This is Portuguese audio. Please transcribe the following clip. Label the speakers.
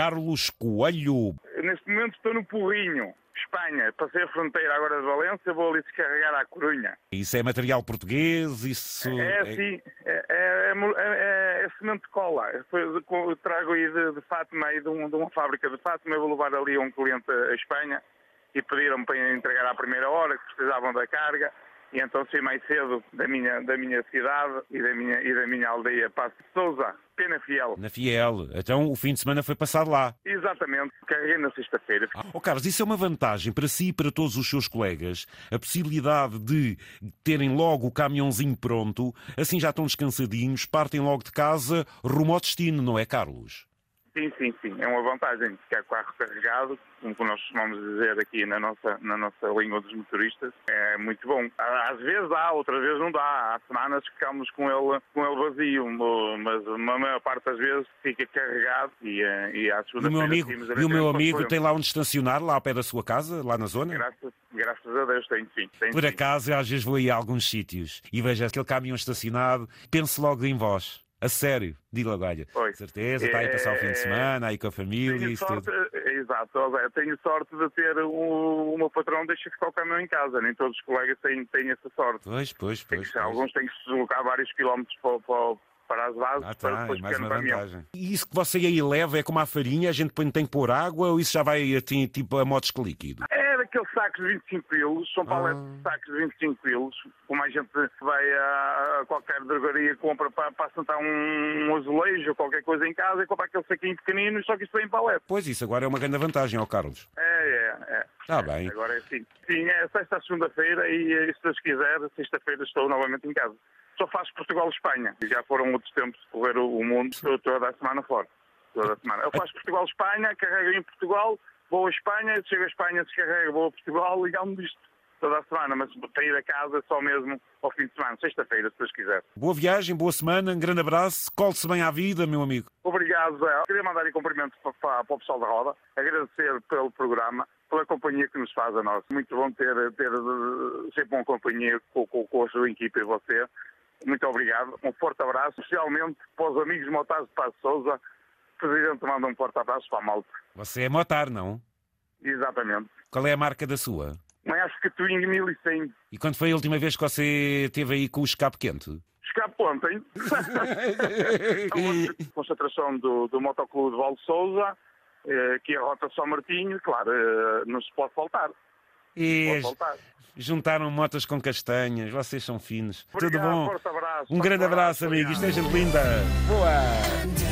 Speaker 1: Carlos Coelho.
Speaker 2: Neste momento estou no Porrinho, Espanha. Passei a fronteira agora de Valência, vou ali descarregar à Corunha.
Speaker 1: Isso é material português? Isso
Speaker 2: É assim, é, é, é, é, é semente de cola. Foi- co- trago aí de, de Fátima, aí de, um- de uma fábrica de Fátima, eu vou levar ali a um cliente a a Espanha e pediram-me para entregar à primeira hora, que precisavam da carga. E então saí mais cedo da minha, da minha cidade e da minha, e da minha aldeia, Passo de Souza, Pena Fiel.
Speaker 1: na Fiel. Então o fim de semana foi passado lá.
Speaker 2: Exatamente, carreguei na sexta-feira.
Speaker 1: Oh, Carlos, isso é uma vantagem para si e para todos os seus colegas, a possibilidade de terem logo o caminhãozinho pronto, assim já estão descansadinhos, partem logo de casa rumo ao destino, não é, Carlos?
Speaker 2: Sim, sim, sim. É uma vantagem ficar com o carro carregado, como que nós costumamos dizer aqui na nossa, na nossa língua dos motoristas. É muito bom. Á- Às vezes dá, outras vezes não dá. Há semanas que ficamos com ele, com ele vazio, mo- mas a maior parte das vezes fica carregado e, eh, e
Speaker 1: E o
Speaker 2: à
Speaker 1: meu
Speaker 2: segunda-feira
Speaker 1: amigo,
Speaker 2: temos
Speaker 1: e
Speaker 2: a
Speaker 1: o meu
Speaker 2: ver qual
Speaker 1: amigo
Speaker 2: foi.
Speaker 1: tem lá onde estacionar, lá ao pé da sua casa, lá na zona?
Speaker 2: Graças, graças a Deus tem sim. Tem,
Speaker 1: Por
Speaker 2: sim.
Speaker 1: acaso, eu às vezes vou aí a alguns sítios e vejo aquele caminhão estacionado, penso logo em vós. A sério, digo logo, olha,
Speaker 2: Pois.
Speaker 1: certeza, está aí a passar o fim de
Speaker 2: É,
Speaker 1: semana, aí com a família,
Speaker 2: Tenho
Speaker 1: isso
Speaker 2: sorte,
Speaker 1: tudo.
Speaker 2: eh, exato, ó Zé, tenho sorte de ter um, o meu patrão deixa ficar o caminhão em casa. Nem todos os colegas têm, têm essa sorte.
Speaker 1: Pois, pois,
Speaker 2: Tem que
Speaker 1: pois.
Speaker 2: ser,
Speaker 1: pois.
Speaker 2: alguns têm que se deslocar vários quilómetros para, para- para as bases
Speaker 1: Ah,
Speaker 2: para
Speaker 1: tá, é
Speaker 2: depois
Speaker 1: mais
Speaker 2: ficar
Speaker 1: uma
Speaker 2: no caminhão.
Speaker 1: vantagem. E isso que você aí leva é como a farinha, a gente põe- tem que pôr água ou isso já vai assim, tipo a modos que líquido?
Speaker 2: É daqueles sacos de 25 quilos, são paletes de
Speaker 1: Ah.
Speaker 2: sacos de 25 quilos, como a gente vai a, a qualquer drogaria, compra para, para assentar um, um azulejo ou qualquer coisa em casa e compra aquele saquinho pequenino, só que isso vem em palete.
Speaker 1: Pois isso, agora é uma grande vantagem, ó Carlos.
Speaker 2: É, é, é.
Speaker 1: Tá bem.
Speaker 2: Agora é assim. Sim, é sexta à segunda-feira e eh, se Deus quiser, sexta-feira estou novamente em casa. Só faço Portugal-Espanha. e Já foram outros tempos de correr o o mundo estou toda a semana fora. Toda a semana. Eu faço Portugal-Espanha, carrego em Portugal, vou à Espanha, chego à Espanha, descarrego, vou a Portugal e dá-me disto toda a semana. Mas para ir a casa só mesmo ao fim de semana, sexta-feira, se Deus quiser.
Speaker 1: Boa viagem, boa semana, um grande abraço, colhe-se bem à vida, meu amigo.
Speaker 2: Obrigado, Zé. Queria mandar aí cumprimentos para, para- para o pessoal da roda, agradecer pelo programa, pela companhia que nos faz a nós. Muito bom ter, ter eh, sempre uma companhia com, com, com a sua equipa e você. Muito obrigado. Um forte abraço, especialmente para os amigos motados de Paz de Souza. O Presidente manda um forte abraço para a malta.
Speaker 1: Você é motar, não?
Speaker 2: Exatamente.
Speaker 1: Qual é a marca da sua?
Speaker 2: Mas acho que tu em 1100.
Speaker 1: E quando foi a última vez que você teve aí com o escape quente?
Speaker 2: Escapo ontem. concentração do, do motoclube de Valde Souza, eh, que é a Rota São Martinho, claro, eh, não se pode faltar.
Speaker 1: E
Speaker 2: Pode faltar.
Speaker 1: juntaram motas com castanhas, vocês são finos. Tudo
Speaker 2: Obrigado,
Speaker 1: bom?
Speaker 2: forte abraço.
Speaker 1: Um grande
Speaker 2: Forte
Speaker 1: abraço,
Speaker 2: abraço,
Speaker 1: amigo,
Speaker 2: obrigado.
Speaker 1: esteja linda. Boa!
Speaker 3: Dance